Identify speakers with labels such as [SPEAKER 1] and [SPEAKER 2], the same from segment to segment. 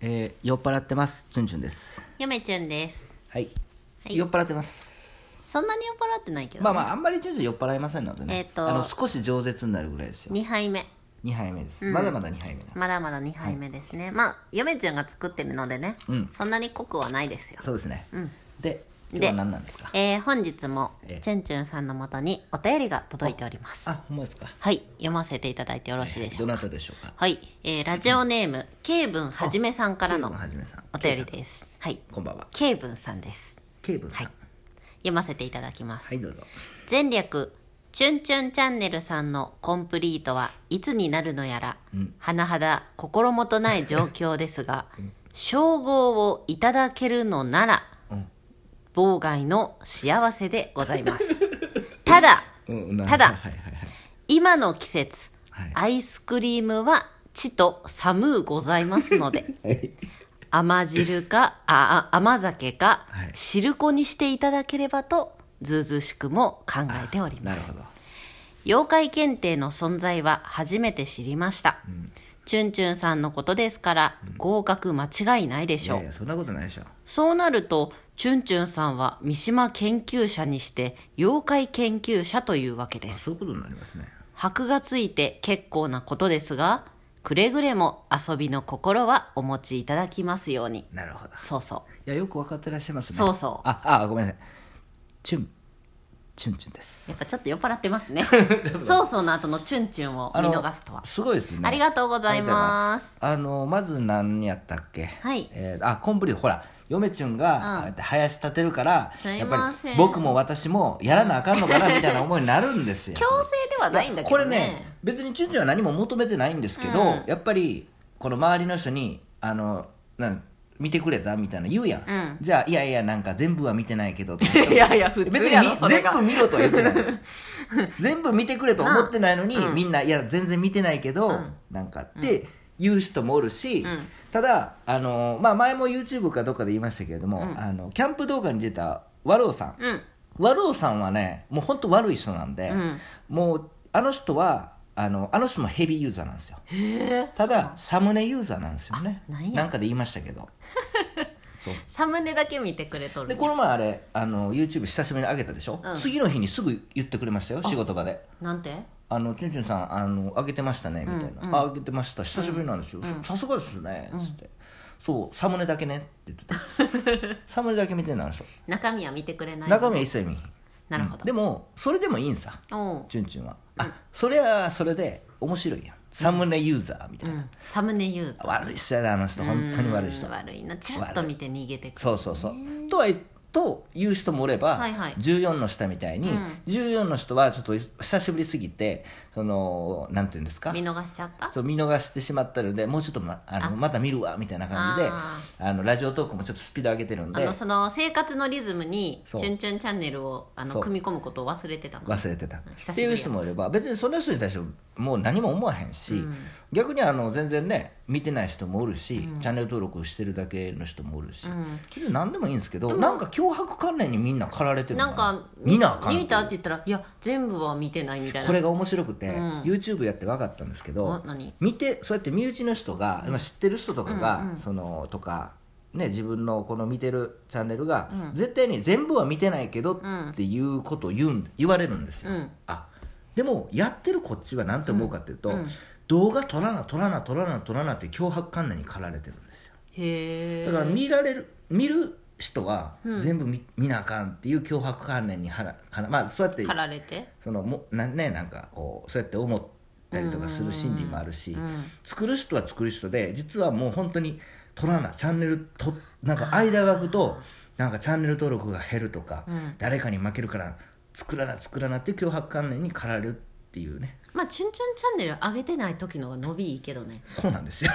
[SPEAKER 1] えー酔っ払ってますチュンチュンです
[SPEAKER 2] やめちゅんです
[SPEAKER 1] はい、
[SPEAKER 2] はい
[SPEAKER 1] 酔っ払ってます
[SPEAKER 2] そんなに酔っ払ってないけど、
[SPEAKER 1] まあまああんまりチュンチュン酔っ払いませんのでね、
[SPEAKER 2] えーと
[SPEAKER 1] あの少し饒舌になるぐらいですよ
[SPEAKER 2] 2杯目
[SPEAKER 1] 2杯目です、
[SPEAKER 2] うん
[SPEAKER 1] まだまだ2杯目なんで
[SPEAKER 2] まだまだ2杯目ですね、まあやめちゅんが作ってるのでね、
[SPEAKER 1] うん
[SPEAKER 2] そんなに濃くはないですよ
[SPEAKER 1] すそうですね、
[SPEAKER 2] うん
[SPEAKER 1] で今日
[SPEAKER 2] で
[SPEAKER 1] は何なんですか
[SPEAKER 2] えー本日も
[SPEAKER 1] ええ
[SPEAKER 2] ちゅんちゅんさんのもとにお便りが届いております
[SPEAKER 1] あほんまですか
[SPEAKER 2] はい読ませていただいてよろしいでしょ
[SPEAKER 1] ど
[SPEAKER 2] うか
[SPEAKER 1] なたでしょうか
[SPEAKER 2] はい、えーラジオネームケイブンはじめさんから
[SPEAKER 1] ケイ
[SPEAKER 2] の
[SPEAKER 1] ブンはじめさん
[SPEAKER 2] お便り
[SPEAKER 1] ケイ
[SPEAKER 2] ですはい
[SPEAKER 1] さんこんばんは
[SPEAKER 2] ケイブンさんです
[SPEAKER 1] ケイブンさん
[SPEAKER 2] はい読ませていただきます、
[SPEAKER 1] はいどうぞ
[SPEAKER 2] 前略チュンチュンチャンネルさんのコンプリートはいつになるのやら、
[SPEAKER 1] ん
[SPEAKER 2] 甚だ心もとない状況で すが、称号をいただけるのなら、
[SPEAKER 1] うん
[SPEAKER 2] 妨害の幸せでございます ただ
[SPEAKER 1] うんな
[SPEAKER 2] ただ
[SPEAKER 1] はいはいはい
[SPEAKER 2] 今の季節、
[SPEAKER 1] はい
[SPEAKER 2] アイスクリームはちと寒うございますので
[SPEAKER 1] はい
[SPEAKER 2] 甘汁かああ甘酒か、
[SPEAKER 1] はい
[SPEAKER 2] 汁粉にしていただければとずうずうしくも考えており
[SPEAKER 1] な
[SPEAKER 2] ま
[SPEAKER 1] る
[SPEAKER 2] す
[SPEAKER 1] ほど
[SPEAKER 2] 妖怪検定の存在は初めて知りました、チュンチュンさんのことですから合格間違いないで
[SPEAKER 1] い
[SPEAKER 2] しょう、
[SPEAKER 1] やいやそんなことないでしょ
[SPEAKER 2] そうなるとチュンチュンさんは三島研究者にして妖怪研究者というわけで
[SPEAKER 1] あ
[SPEAKER 2] す
[SPEAKER 1] そういうことになりますね
[SPEAKER 2] 箔がついて結構なことですがくれぐれも遊びの心はお持ちいただきますように
[SPEAKER 1] なるほど
[SPEAKER 2] そうそう
[SPEAKER 1] いやよく分かってらっしゃいますね
[SPEAKER 2] そうそう
[SPEAKER 1] ああごめんなさいチュンチュンチュンです
[SPEAKER 2] やっぱ ちょっと酔っ払ってますねそうそうの後のチュンチュンを見逃すとは
[SPEAKER 1] すごいですね
[SPEAKER 2] ありがとうございます
[SPEAKER 1] ありがとうございますあのまず何やったっけ
[SPEAKER 2] はい
[SPEAKER 1] えーあコンプリートほら嫁ちゅんが、
[SPEAKER 2] うん
[SPEAKER 1] ああやって林立てるから
[SPEAKER 2] すい
[SPEAKER 1] やっ
[SPEAKER 2] ま
[SPEAKER 1] ぱ
[SPEAKER 2] せん
[SPEAKER 1] り僕も私もやらなあかんのか なみたいな思いになるんですよ
[SPEAKER 2] 強制ではないんだけ
[SPEAKER 1] こ
[SPEAKER 2] ど
[SPEAKER 1] れ
[SPEAKER 2] ね
[SPEAKER 1] ね別にチュンチュンは何も求めてないんですけど、
[SPEAKER 2] うん
[SPEAKER 1] やっぱりこの周りの人にあのなん見てくれたみたいな言うやん、
[SPEAKER 2] うん
[SPEAKER 1] じゃあいやいやなんか全部は見てないけどとか
[SPEAKER 2] いやいや普通やろ
[SPEAKER 1] 別に
[SPEAKER 2] そ
[SPEAKER 1] み
[SPEAKER 2] れ
[SPEAKER 1] 全
[SPEAKER 2] が
[SPEAKER 1] 部見ろとは言ってない 全部見てくれと思ってないのに、
[SPEAKER 2] うん
[SPEAKER 1] みんないや全然見てないけど、
[SPEAKER 2] うん
[SPEAKER 1] なんかって言う人もおるし、
[SPEAKER 2] うん
[SPEAKER 1] ただあの、まあ、前も YouTube かどっかで言いましたけれども、
[SPEAKER 2] うん
[SPEAKER 1] あのキャンプ動画に出た和郎さん、
[SPEAKER 2] うん
[SPEAKER 1] 和郎さんはねもう本当悪い人なんで、
[SPEAKER 2] うん
[SPEAKER 1] もうあの人はあのあの人もヘビーユーザーなんですよ
[SPEAKER 2] へえ
[SPEAKER 1] ただサムネユーザーなんですよね
[SPEAKER 2] あなんや
[SPEAKER 1] なんかで言いましたけどそう
[SPEAKER 2] サムネだけ見てくれとる
[SPEAKER 1] でこの前あれあの YouTube 久しぶりに上げたでしょ、
[SPEAKER 2] うん
[SPEAKER 1] 次の日にすぐ言ってくれましたよ仕事場で
[SPEAKER 2] なんて
[SPEAKER 1] 「あのチュンチュンさんあの上げてましたね」みたいな「
[SPEAKER 2] うんうん
[SPEAKER 1] あ上げてました久しぶりなんですよ、ささすがですね」つって、そうサムネだけね」って言ってた サムネだけ見てんのあの人
[SPEAKER 2] 中身は見てくれない
[SPEAKER 1] 中身は一切見えへん
[SPEAKER 2] なるほど
[SPEAKER 1] うんでもそれでもいいんさ
[SPEAKER 2] おう
[SPEAKER 1] チュンチュンはあ、それはそれで面白いやんサムネユーザーみた
[SPEAKER 2] う
[SPEAKER 1] いな、
[SPEAKER 2] んサムネユーザー
[SPEAKER 1] 悪い人やなあの人本当に悪い人
[SPEAKER 2] うん悪いなちらっと見て逃げてくる
[SPEAKER 1] そうそうそうとは言と言う人もおれば、
[SPEAKER 2] はいはい
[SPEAKER 1] 14の下みたいに、
[SPEAKER 2] うん
[SPEAKER 1] 14の人はちょっと久しぶりすぎてそのなんていうんですか
[SPEAKER 2] 見逃しちゃった
[SPEAKER 1] そう見逃してしまったのでもうちょっとまあの
[SPEAKER 2] あ
[SPEAKER 1] また見るわみたいな感じであ
[SPEAKER 2] あ
[SPEAKER 1] のラジオトークもちょっとスピード上げてるん
[SPEAKER 2] あ
[SPEAKER 1] で
[SPEAKER 2] のその生活のリズムに「チ
[SPEAKER 1] そう
[SPEAKER 2] ュンチュンチャンネルを」あ
[SPEAKER 1] そ
[SPEAKER 2] の
[SPEAKER 1] う
[SPEAKER 2] 組み込むことを忘れてたの
[SPEAKER 1] 忘れてたっ
[SPEAKER 2] 久してぶりや
[SPEAKER 1] いう人もいれば別にその人に対してもう何も思わへんし、
[SPEAKER 2] うん
[SPEAKER 1] 逆にあの全然ね見てない人もおるし、チャンネル登録してるだけの人もおるし、
[SPEAKER 2] うん
[SPEAKER 1] 別に何でもいいんですけど
[SPEAKER 2] でも
[SPEAKER 1] なんか脅迫観念にみんな駆られてる
[SPEAKER 2] なんか
[SPEAKER 1] 見なあかん
[SPEAKER 2] 見たって言ったら「いや全部は見てない」みたいな
[SPEAKER 1] これが面白くて、
[SPEAKER 2] うん
[SPEAKER 1] YouTube やって分かったんですけど
[SPEAKER 2] あ何
[SPEAKER 1] 見てそうやって身内の人が、まあ知ってる人とかが、
[SPEAKER 2] うんうん
[SPEAKER 1] そのとか、ね、自分のこの見てるチャンネルが、絶対に全部は見てないけど
[SPEAKER 2] うん
[SPEAKER 1] っていうことを言うん言われるんですよ、
[SPEAKER 2] うん
[SPEAKER 1] あでもやってるこっちは何て思うかっていうと、
[SPEAKER 2] うんうん
[SPEAKER 1] 動画撮らな撮らな撮らな撮らなっていう脅迫観念に駆られてるんですよ
[SPEAKER 2] へえ
[SPEAKER 1] だから見られる見る人は
[SPEAKER 2] うん
[SPEAKER 1] 全部見,、見なあかんっていう脅迫観念にはらはらまあそうやって
[SPEAKER 2] かられて
[SPEAKER 1] そのもなねなんかこうそうやって思ったりとかする心理もあるし、
[SPEAKER 2] うん
[SPEAKER 1] 作る人は作る人で実はもう本当に取らなチャンネルとなんか間が空くとなんかチャンネル登録が減るとか、
[SPEAKER 2] うん
[SPEAKER 1] 誰かに負けるから作らな作らなっていう脅迫観念に駆られるっていうね
[SPEAKER 2] まあ「チュンチュンチャンネル」上げてない時のが伸びいいけどね
[SPEAKER 1] そうなん ですよ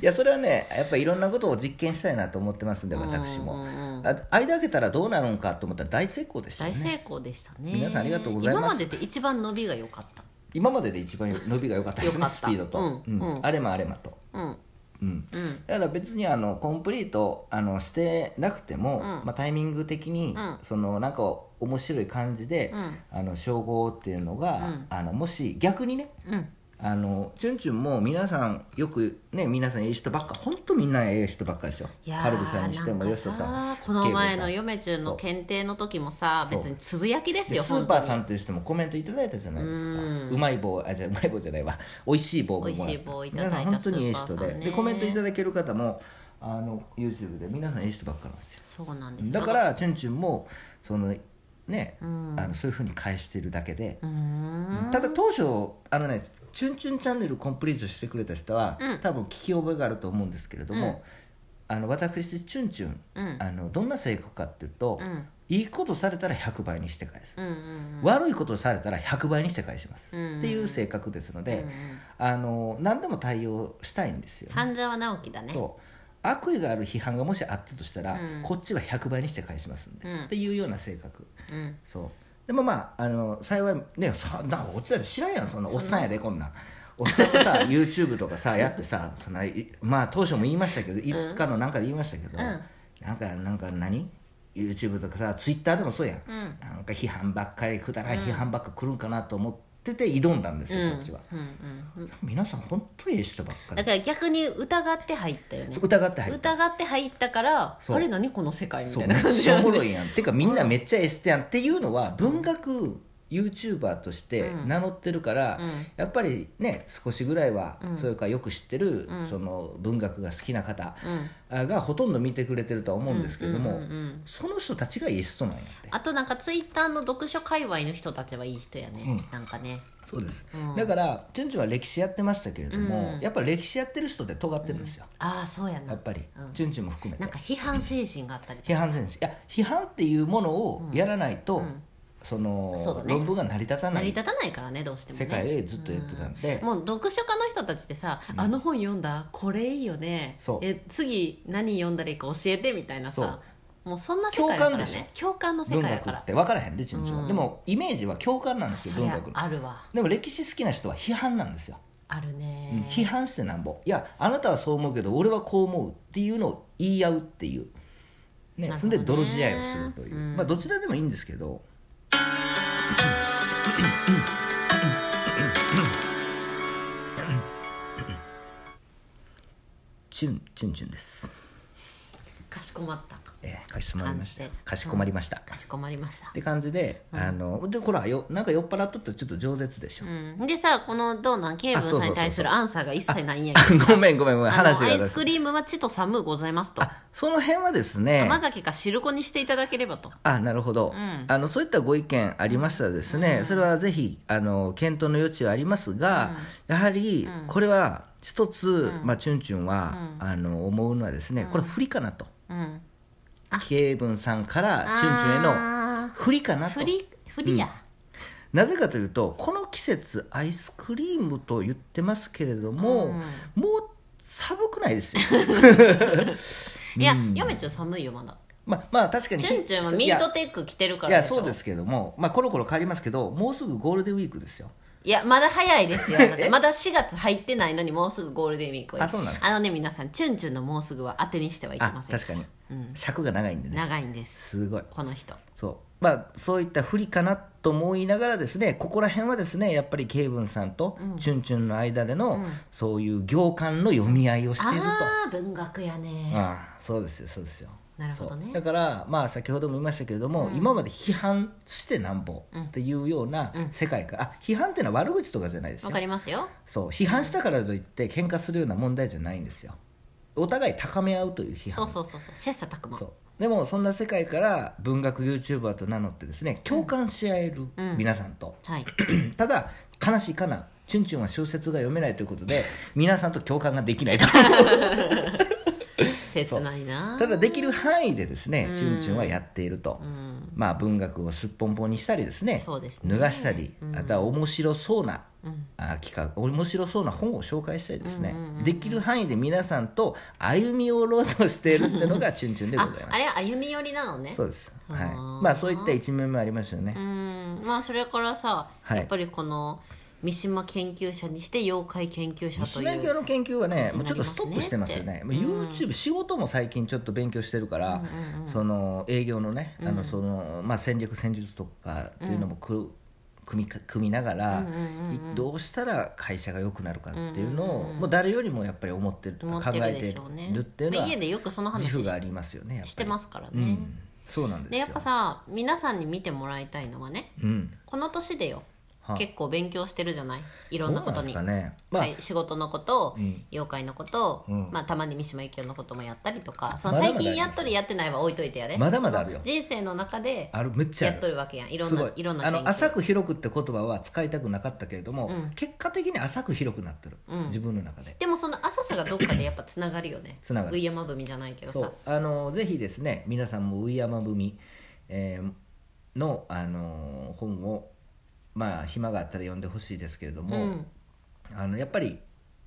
[SPEAKER 1] いやそれはねやっぱいろんなことを実験したいなと思ってますんで私
[SPEAKER 2] うん
[SPEAKER 1] も、
[SPEAKER 2] うんうん
[SPEAKER 1] あ間開けたらどうなるんかと思ったら大成功でした
[SPEAKER 2] 大
[SPEAKER 1] よね
[SPEAKER 2] 成功でしたね
[SPEAKER 1] 皆さんありがとうございます
[SPEAKER 2] 今までで一番伸びが良かっ
[SPEAKER 1] 今までで一番伸びが良かったですね
[SPEAKER 2] 良かっ
[SPEAKER 1] ス
[SPEAKER 2] た
[SPEAKER 1] ピードと、
[SPEAKER 2] うん
[SPEAKER 1] うん
[SPEAKER 2] うん
[SPEAKER 1] あれもあれまと、
[SPEAKER 2] たうん
[SPEAKER 1] うん、
[SPEAKER 2] うん
[SPEAKER 1] だから別にあのコンプリートあのしてなくても、
[SPEAKER 2] ん
[SPEAKER 1] まあ、タイミング的に、
[SPEAKER 2] うん
[SPEAKER 1] そのなんか面白い感じで、
[SPEAKER 2] うん
[SPEAKER 1] あの称号っていうのが、
[SPEAKER 2] うん
[SPEAKER 1] あのもし逆にね
[SPEAKER 2] うん
[SPEAKER 1] あのチュンチュンも皆さんよくね皆さんええ人ばっか本当みんなええ人ばっかでしょ
[SPEAKER 2] いやー
[SPEAKER 1] カルビさんにしても
[SPEAKER 2] なん
[SPEAKER 1] よ
[SPEAKER 2] か
[SPEAKER 1] しとさん
[SPEAKER 2] この前の
[SPEAKER 1] ケイブ
[SPEAKER 2] 嫁中の検定の時もさ
[SPEAKER 1] そう
[SPEAKER 2] 別につぶやきです
[SPEAKER 1] さんで
[SPEAKER 2] よ
[SPEAKER 1] スーパーさ
[SPEAKER 2] ん
[SPEAKER 1] んという人もコメントいただいたじゃないですか
[SPEAKER 2] うん
[SPEAKER 1] うまい棒あじゃあうまい棒じゃないわ美味しい棒ももらった
[SPEAKER 2] 美味しい棒いただい
[SPEAKER 1] 皆
[SPEAKER 2] た
[SPEAKER 1] さん本当にええ
[SPEAKER 2] スーパ
[SPEAKER 1] 人
[SPEAKER 2] ーさ
[SPEAKER 1] で,、
[SPEAKER 2] んね
[SPEAKER 1] でコメントいただける方もあの YouTube で皆さんええ人ばっかなんですよ
[SPEAKER 2] そうなんですよ
[SPEAKER 1] だからチュンチュンもそのね、
[SPEAKER 2] うん
[SPEAKER 1] あのそういうふうに返してるだけで、
[SPEAKER 2] うーん
[SPEAKER 1] ただ当初あのね「チュンチュンチャンネル」コンプリートしてくれた人は、
[SPEAKER 2] うん
[SPEAKER 1] 多分聞き覚えがあると思うんですけれども、あの私チュンチュン、
[SPEAKER 2] うん
[SPEAKER 1] あのどんな性格かっていうと、
[SPEAKER 2] うん
[SPEAKER 1] いいことされたら100倍にして返す、
[SPEAKER 2] うんうん
[SPEAKER 1] 悪いことされたら100倍にして返します、
[SPEAKER 2] うん
[SPEAKER 1] っていう性格ですの
[SPEAKER 2] うんう
[SPEAKER 1] で、
[SPEAKER 2] ん
[SPEAKER 1] あの何でも対応したいんですよ、
[SPEAKER 2] 半沢直樹だね
[SPEAKER 1] そう悪意がある批判がもしあったとしたら、
[SPEAKER 2] うん
[SPEAKER 1] こっちは100倍にして返しますんで、
[SPEAKER 2] うん
[SPEAKER 1] っていうような性格
[SPEAKER 2] うん
[SPEAKER 1] そうでもまああの幸いねさなんか落ちたり知らんやんそんなおっさんやでこんなんおっさんが さ YouTube とかさやってさそんないまあ当初も言いましたけどいくつかのなんかで言いましたけど、
[SPEAKER 2] うん
[SPEAKER 1] なんかなんか何 YouTube とかさ Twitter でもそうやん、
[SPEAKER 2] うん
[SPEAKER 1] なんか批判ばっかりくだらない批判ばっか来るんかなと思ってて挑んだんですよ、
[SPEAKER 2] うん
[SPEAKER 1] こっちは
[SPEAKER 2] うんうん
[SPEAKER 1] 皆さん本当にええ人ばっかり
[SPEAKER 2] だから逆に疑って入ったよね
[SPEAKER 1] そう疑って入った
[SPEAKER 2] 疑って入ったから
[SPEAKER 1] そう
[SPEAKER 2] あれ何この世界み
[SPEAKER 1] そ
[SPEAKER 2] た
[SPEAKER 1] う
[SPEAKER 2] い
[SPEAKER 1] め
[SPEAKER 2] な
[SPEAKER 1] っ
[SPEAKER 2] 感じ
[SPEAKER 1] ちゃ
[SPEAKER 2] だ
[SPEAKER 1] お
[SPEAKER 2] ね
[SPEAKER 1] もろいやんっていうかみんなめっちゃエステやんっていうのは文学 YouTuber として名乗ってるから、
[SPEAKER 2] うん
[SPEAKER 1] やっぱりね少しぐらいは、
[SPEAKER 2] うん
[SPEAKER 1] それかよく知ってる、
[SPEAKER 2] うん
[SPEAKER 1] その文学が好きな方
[SPEAKER 2] うん
[SPEAKER 1] がほとんど見てくれてるとは思うんですけども、
[SPEAKER 2] うんうんうんうん
[SPEAKER 1] その人たちがエストなんやって
[SPEAKER 2] あとなんかツイッターの読書界隈の人たちはいい人やね、
[SPEAKER 1] うん
[SPEAKER 2] なんかね
[SPEAKER 1] そうです、
[SPEAKER 2] うん
[SPEAKER 1] だからチュンチュンは歴史やってましたけれども、
[SPEAKER 2] うん
[SPEAKER 1] やっぱ歴史やってる人って尖ってるんですよ、
[SPEAKER 2] ああそうや
[SPEAKER 1] や
[SPEAKER 2] な
[SPEAKER 1] っぱり、
[SPEAKER 2] うん
[SPEAKER 1] チュンチュンも含めて
[SPEAKER 2] なんか批判精神があったりとか
[SPEAKER 1] 批判選手いや批判っていうものをやらないと、
[SPEAKER 2] うんうん
[SPEAKER 1] その
[SPEAKER 2] そうだね
[SPEAKER 1] 論文が成り立たな
[SPEAKER 2] 成り
[SPEAKER 1] い
[SPEAKER 2] 立たないからねどうしてもね
[SPEAKER 1] 世界でずっとやってたんで、
[SPEAKER 2] もう読書家の人たちってさ、あの本読んだこれいいよね
[SPEAKER 1] そう
[SPEAKER 2] え次何読んだらいいか教えてみたいなさもうそんな世界だ
[SPEAKER 1] 共
[SPEAKER 2] から
[SPEAKER 1] 感でしょ
[SPEAKER 2] ね共感の世
[SPEAKER 1] 文
[SPEAKER 2] 界だ
[SPEAKER 1] 学
[SPEAKER 2] か
[SPEAKER 1] っ
[SPEAKER 2] ら
[SPEAKER 1] て分からへんで順調、
[SPEAKER 2] うん
[SPEAKER 1] でもイメージは共感なんです
[SPEAKER 2] そ
[SPEAKER 1] よ
[SPEAKER 2] り
[SPEAKER 1] 文
[SPEAKER 2] ゃ
[SPEAKER 1] 学の
[SPEAKER 2] あるわ
[SPEAKER 1] でも歴史好きな人は批判なんですよ、
[SPEAKER 2] ある
[SPEAKER 1] うん
[SPEAKER 2] ね、
[SPEAKER 1] 批判してなんぼいやあなたはそう思うけど俺はこう思うっていうのを言い合うっていう、ね
[SPEAKER 2] なる
[SPEAKER 1] そ
[SPEAKER 2] ほ
[SPEAKER 1] ん
[SPEAKER 2] どね
[SPEAKER 1] で泥仕合をするという、
[SPEAKER 2] うん
[SPEAKER 1] まあどちらでもいいんですけどチュンチュンチュンです
[SPEAKER 2] かしこまった
[SPEAKER 1] えー、かしこまりまし
[SPEAKER 2] 感
[SPEAKER 1] た
[SPEAKER 2] じで
[SPEAKER 1] かしこまりました、
[SPEAKER 2] か
[SPEAKER 1] っ
[SPEAKER 2] しこまりました
[SPEAKER 1] て感じで、あのでほらよなんか酔っ払っとったらちょっと饒舌でしょ、
[SPEAKER 2] うん、でさこのどうなんケイブンさんに対するアンサーが一切ないんやけ ど
[SPEAKER 1] ごめんごめんごめん
[SPEAKER 2] あの
[SPEAKER 1] 話が
[SPEAKER 2] ア
[SPEAKER 1] 出
[SPEAKER 2] イ
[SPEAKER 1] せ
[SPEAKER 2] スクリームはちと寒うございますと
[SPEAKER 1] あその辺はですね
[SPEAKER 2] 甘酒か汁粉にしていただければと
[SPEAKER 1] あなるほど、
[SPEAKER 2] ん
[SPEAKER 1] あのそういったご意見ありましたらですね、それはぜひあの検討の余地はありますが、やはりこれは一つ、まあ、チュンチュンは、あの思うのはですねこれ不利かなと、
[SPEAKER 2] うん
[SPEAKER 1] ケイブンさんからチュンチュンへの
[SPEAKER 2] あ
[SPEAKER 1] 不利かな
[SPEAKER 2] ー
[SPEAKER 1] と
[SPEAKER 2] ふりふりや、
[SPEAKER 1] なぜかというとこの季節アイスクリームと言ってますけれども、もう寒くない ですよ
[SPEAKER 2] いや嫁ちゃん寒いよまだ
[SPEAKER 1] まあまあ確かに
[SPEAKER 2] チュンチュンはいミ
[SPEAKER 1] や
[SPEAKER 2] ートテック着てるか
[SPEAKER 1] い
[SPEAKER 2] ら
[SPEAKER 1] や
[SPEAKER 2] しょ
[SPEAKER 1] そうですけども、まあ、コロコロ変わりますけどもうすぐゴールデンウィークですよ
[SPEAKER 2] いやまだ早いですよだってまだ4月入ってないのにもうすぐゴールデンウィークは
[SPEAKER 1] あそうなんですか
[SPEAKER 2] あのね皆さんチュンチュンのもうすぐは当てにしてはいけ
[SPEAKER 1] あ
[SPEAKER 2] ません
[SPEAKER 1] 確かに、
[SPEAKER 2] うん
[SPEAKER 1] 尺が長いんでね
[SPEAKER 2] 長いんです
[SPEAKER 1] すごい
[SPEAKER 2] この人
[SPEAKER 1] そうまあそういった不利かなと思いながらですねここら辺はですねやっぱりケイブンさんとチュンチュンの間での、そういう行間の読み合いをしていると。
[SPEAKER 2] ああ文学やね
[SPEAKER 1] ああそうですよそうですよ
[SPEAKER 2] なるほどね
[SPEAKER 1] そうだからまあ先ほども言いましたけれども、今まで批判してなんぼっていうような世界から、あ批判っていうのは悪口とかじゃないです
[SPEAKER 2] わ
[SPEAKER 1] よ
[SPEAKER 2] かりますよ
[SPEAKER 1] そう批判したからといって喧嘩するような問題じゃないんですよお互い高め合うという批
[SPEAKER 2] そ
[SPEAKER 1] 判
[SPEAKER 2] うそうそうそう切磋琢磨
[SPEAKER 1] そうでもそんな世界から文学 YouTuber と名乗ってですね共感し合える皆さんと、
[SPEAKER 2] はい
[SPEAKER 1] ただ悲しいかなチュンチュンは小説が読めないということで皆さんと共感ができない と
[SPEAKER 2] 切ないな
[SPEAKER 1] ただできる範囲でですね、チュンチュンはやっていると、
[SPEAKER 2] うん
[SPEAKER 1] まあ文学をすっぽんぽんにしたりですね
[SPEAKER 2] そうですね
[SPEAKER 1] 脱がしたり、
[SPEAKER 2] うん
[SPEAKER 1] あとは面白そうな、
[SPEAKER 2] うん
[SPEAKER 1] あ企画面白そうな本を紹介したりですね、
[SPEAKER 2] うんうんうんうん
[SPEAKER 1] できる範囲で皆さんと歩み寄ろうとしているっていうのがチュンチュンでござい
[SPEAKER 2] あ
[SPEAKER 1] ま
[SPEAKER 2] あ
[SPEAKER 1] す
[SPEAKER 2] れは歩み寄りなのね
[SPEAKER 1] そうです、は
[SPEAKER 2] あ
[SPEAKER 1] い
[SPEAKER 2] ー、
[SPEAKER 1] まあそういった一面もありますよね、
[SPEAKER 2] うんまあそれからさ、
[SPEAKER 1] はい
[SPEAKER 2] やっぱりこの三島研究者にして妖怪研究者と
[SPEAKER 1] シナ
[SPEAKER 2] い
[SPEAKER 1] 教
[SPEAKER 2] う
[SPEAKER 1] の研究はね
[SPEAKER 2] 感じに
[SPEAKER 1] もうちょっと
[SPEAKER 2] なりますね
[SPEAKER 1] ストップしてますよね、
[SPEAKER 2] って
[SPEAKER 1] もう YouTube 仕事も最近ちょっと勉強してるから、その営業のね、あのそのまあ、戦略戦術とかっていうのもく、組みか組みながら、
[SPEAKER 2] うんうんうんうん
[SPEAKER 1] いどうしたら会社が良くなるかっていうのを、
[SPEAKER 2] うんうんうん
[SPEAKER 1] もう誰よりもやっぱり思ってる
[SPEAKER 2] 思
[SPEAKER 1] 考
[SPEAKER 2] ってる
[SPEAKER 1] え
[SPEAKER 2] で
[SPEAKER 1] て
[SPEAKER 2] しょうね
[SPEAKER 1] るっていうの
[SPEAKER 2] ま
[SPEAKER 1] は
[SPEAKER 2] あ家でよくその話
[SPEAKER 1] 自負があ
[SPEAKER 2] し
[SPEAKER 1] りますよねやっぱり
[SPEAKER 2] してますからね、
[SPEAKER 1] うん、そうなんですよ
[SPEAKER 2] でやっぱさ皆さんに見てもらいたいのはね
[SPEAKER 1] うん、
[SPEAKER 2] この年でよ
[SPEAKER 1] は
[SPEAKER 2] 結構勉強してるじゃないいろんなことに
[SPEAKER 1] どうなんですかねまあ、
[SPEAKER 2] はい、仕事のことを、
[SPEAKER 1] うん
[SPEAKER 2] 妖怪のことを、
[SPEAKER 1] うん
[SPEAKER 2] まあ、たまに三島由紀夫のこともやったりとかその
[SPEAKER 1] まだまだ
[SPEAKER 2] 最近やっと
[SPEAKER 1] あります
[SPEAKER 2] るやってないは置いといてやで、
[SPEAKER 1] まだまだあるよ
[SPEAKER 2] 人生の中で
[SPEAKER 1] あるめっちゃあ
[SPEAKER 2] やっ
[SPEAKER 1] る
[SPEAKER 2] とるわけやんいろん
[SPEAKER 1] すご
[SPEAKER 2] ないいろんな
[SPEAKER 1] あ
[SPEAKER 2] 研究
[SPEAKER 1] の浅く広くって言葉は使いたくなかったけれども、
[SPEAKER 2] うん
[SPEAKER 1] 結果的に浅く広くなってる、
[SPEAKER 2] うん
[SPEAKER 1] 自分の中で
[SPEAKER 2] でもその浅さがどっかでやっぱつながるよね
[SPEAKER 1] つながる
[SPEAKER 2] 上山文じゃないけど
[SPEAKER 1] そ
[SPEAKER 2] さ
[SPEAKER 1] うあのぜひですね皆さんも上山文、えーの、あの本をまあ暇があったら読んでほしいですけれども、
[SPEAKER 2] ん、
[SPEAKER 1] あのやっぱり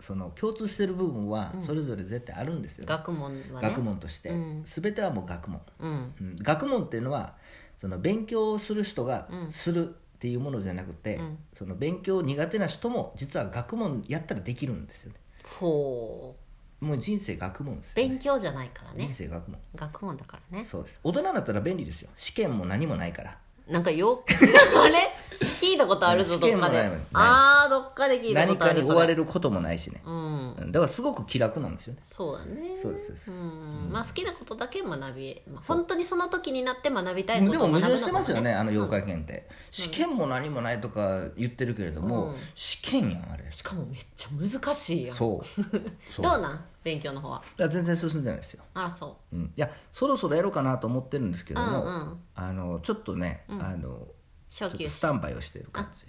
[SPEAKER 1] その共通してる部分は
[SPEAKER 2] うん
[SPEAKER 1] それぞれ絶対あるんですよ、
[SPEAKER 2] 学問はね
[SPEAKER 1] 学問として、
[SPEAKER 2] うん
[SPEAKER 1] 全てはもう学問、
[SPEAKER 2] うん
[SPEAKER 1] うん学問っていうのはその勉強をする人が
[SPEAKER 2] うん
[SPEAKER 1] するっていうものじゃなくて、
[SPEAKER 2] うん
[SPEAKER 1] その勉強苦手な人も実は学問やったらできるんですよね
[SPEAKER 2] ほう
[SPEAKER 1] もう人生学問ですよ、ね、
[SPEAKER 2] 勉強じゃないから
[SPEAKER 1] 人
[SPEAKER 2] ね
[SPEAKER 1] 生学問
[SPEAKER 2] 学問だからね
[SPEAKER 1] そうです大人だったら便利ですよ試験も何もないから
[SPEAKER 2] なんかよ あれ聞いたことあるぞ
[SPEAKER 1] 試
[SPEAKER 2] どっ
[SPEAKER 1] 験も
[SPEAKER 2] か
[SPEAKER 1] ない
[SPEAKER 2] で
[SPEAKER 1] もんない
[SPEAKER 2] あーどっかで聞いたこ
[SPEAKER 1] 何
[SPEAKER 2] とあ
[SPEAKER 1] か
[SPEAKER 2] る
[SPEAKER 1] に
[SPEAKER 2] そ
[SPEAKER 1] 追
[SPEAKER 2] れ
[SPEAKER 1] われることもないしね
[SPEAKER 2] うん
[SPEAKER 1] うんだからすごく気楽なんですよね
[SPEAKER 2] そうだね
[SPEAKER 1] そうですそうです
[SPEAKER 2] んまあ好きなことだけ学び、まあ、本当にその時になって学びたいこと
[SPEAKER 1] で
[SPEAKER 2] を
[SPEAKER 1] も
[SPEAKER 2] 学ぶ
[SPEAKER 1] 矛盾
[SPEAKER 2] のか
[SPEAKER 1] してますよねあの
[SPEAKER 2] うん
[SPEAKER 1] 妖怪検定、試験も何もないとか言ってるけれども、
[SPEAKER 2] うん
[SPEAKER 1] 試験やんあれ
[SPEAKER 2] しかもめっちゃ難しいやん
[SPEAKER 1] そう そう
[SPEAKER 2] どう
[SPEAKER 1] だか
[SPEAKER 2] なん勉強の方は
[SPEAKER 1] ら全然進んでないですよ
[SPEAKER 2] あらそ
[SPEAKER 1] うん、いやそろそろやろうかなと思ってるんですけ
[SPEAKER 2] うう
[SPEAKER 1] ども、
[SPEAKER 2] んうん
[SPEAKER 1] あのちょっとね、あのちょ
[SPEAKER 2] 昇
[SPEAKER 1] っと
[SPEAKER 2] 級
[SPEAKER 1] ス
[SPEAKER 2] ス
[SPEAKER 1] タンバイをしている感じ、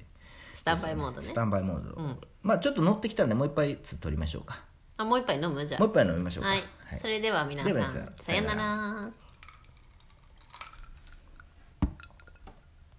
[SPEAKER 2] タンバイモード
[SPEAKER 1] ス
[SPEAKER 2] ね
[SPEAKER 1] タンバイモード、
[SPEAKER 2] ん
[SPEAKER 1] まあちょっと乗ってきたんでもう一杯つ取りましょうか
[SPEAKER 2] あもう一杯飲むじゃあ
[SPEAKER 1] もう一杯飲みましょうか
[SPEAKER 2] はい、それでは皆さ
[SPEAKER 1] では皆さ
[SPEAKER 2] ん
[SPEAKER 1] ん
[SPEAKER 2] さよな
[SPEAKER 1] さよ
[SPEAKER 2] ら